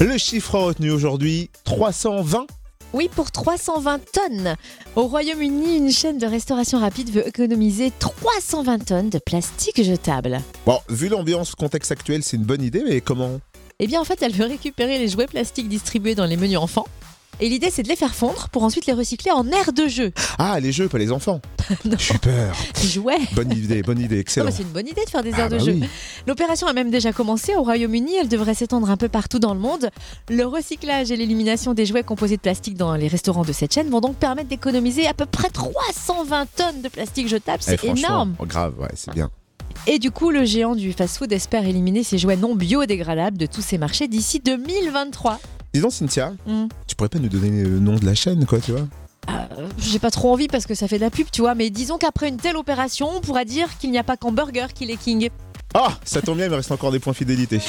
Le chiffre retenu aujourd'hui, 320. Oui, pour 320 tonnes. Au Royaume-Uni, une chaîne de restauration rapide veut économiser 320 tonnes de plastique jetable. Bon, vu l'ambiance, contexte actuel, c'est une bonne idée, mais comment Eh bien, en fait, elle veut récupérer les jouets plastiques distribués dans les menus enfants. Et l'idée, c'est de les faire fondre pour ensuite les recycler en aire de jeu. Ah, les jeux, pas les enfants. Non. J'ai peur. Des jouets Bonne idée, bonne idée, Non, excellent. mais c'est une bonne idée de faire des aires Ah de bah jeu. oui. L'opération a même déjà commencé au Royaume-Uni, elle devrait s'étendre un peu partout dans le monde. Le recyclage et l'élimination des jouets composés de plastique dans les restaurants de cette chaîne vont donc permettre d'économiser à peu près 320 tonnes de plastique jetable, Eh, c'est franchement, énorme. oh, grave, ouais, c'est bien. Et du coup, le géant du fast-food espère éliminer ses jouets non biodégradables de tous ses marchés d'ici 2023. Dis donc, Cynthia, Hmm. tu pourrais pas nous donner le nom de la chaîne, quoi, tu vois Euh, J'ai pas trop envie parce que ça fait de la pub, tu vois, mais disons qu'après une telle opération, on pourra dire qu'il n'y a pas qu'en burger qu'il est king. Ah, ça tombe bien, il me reste encore des points fidélité.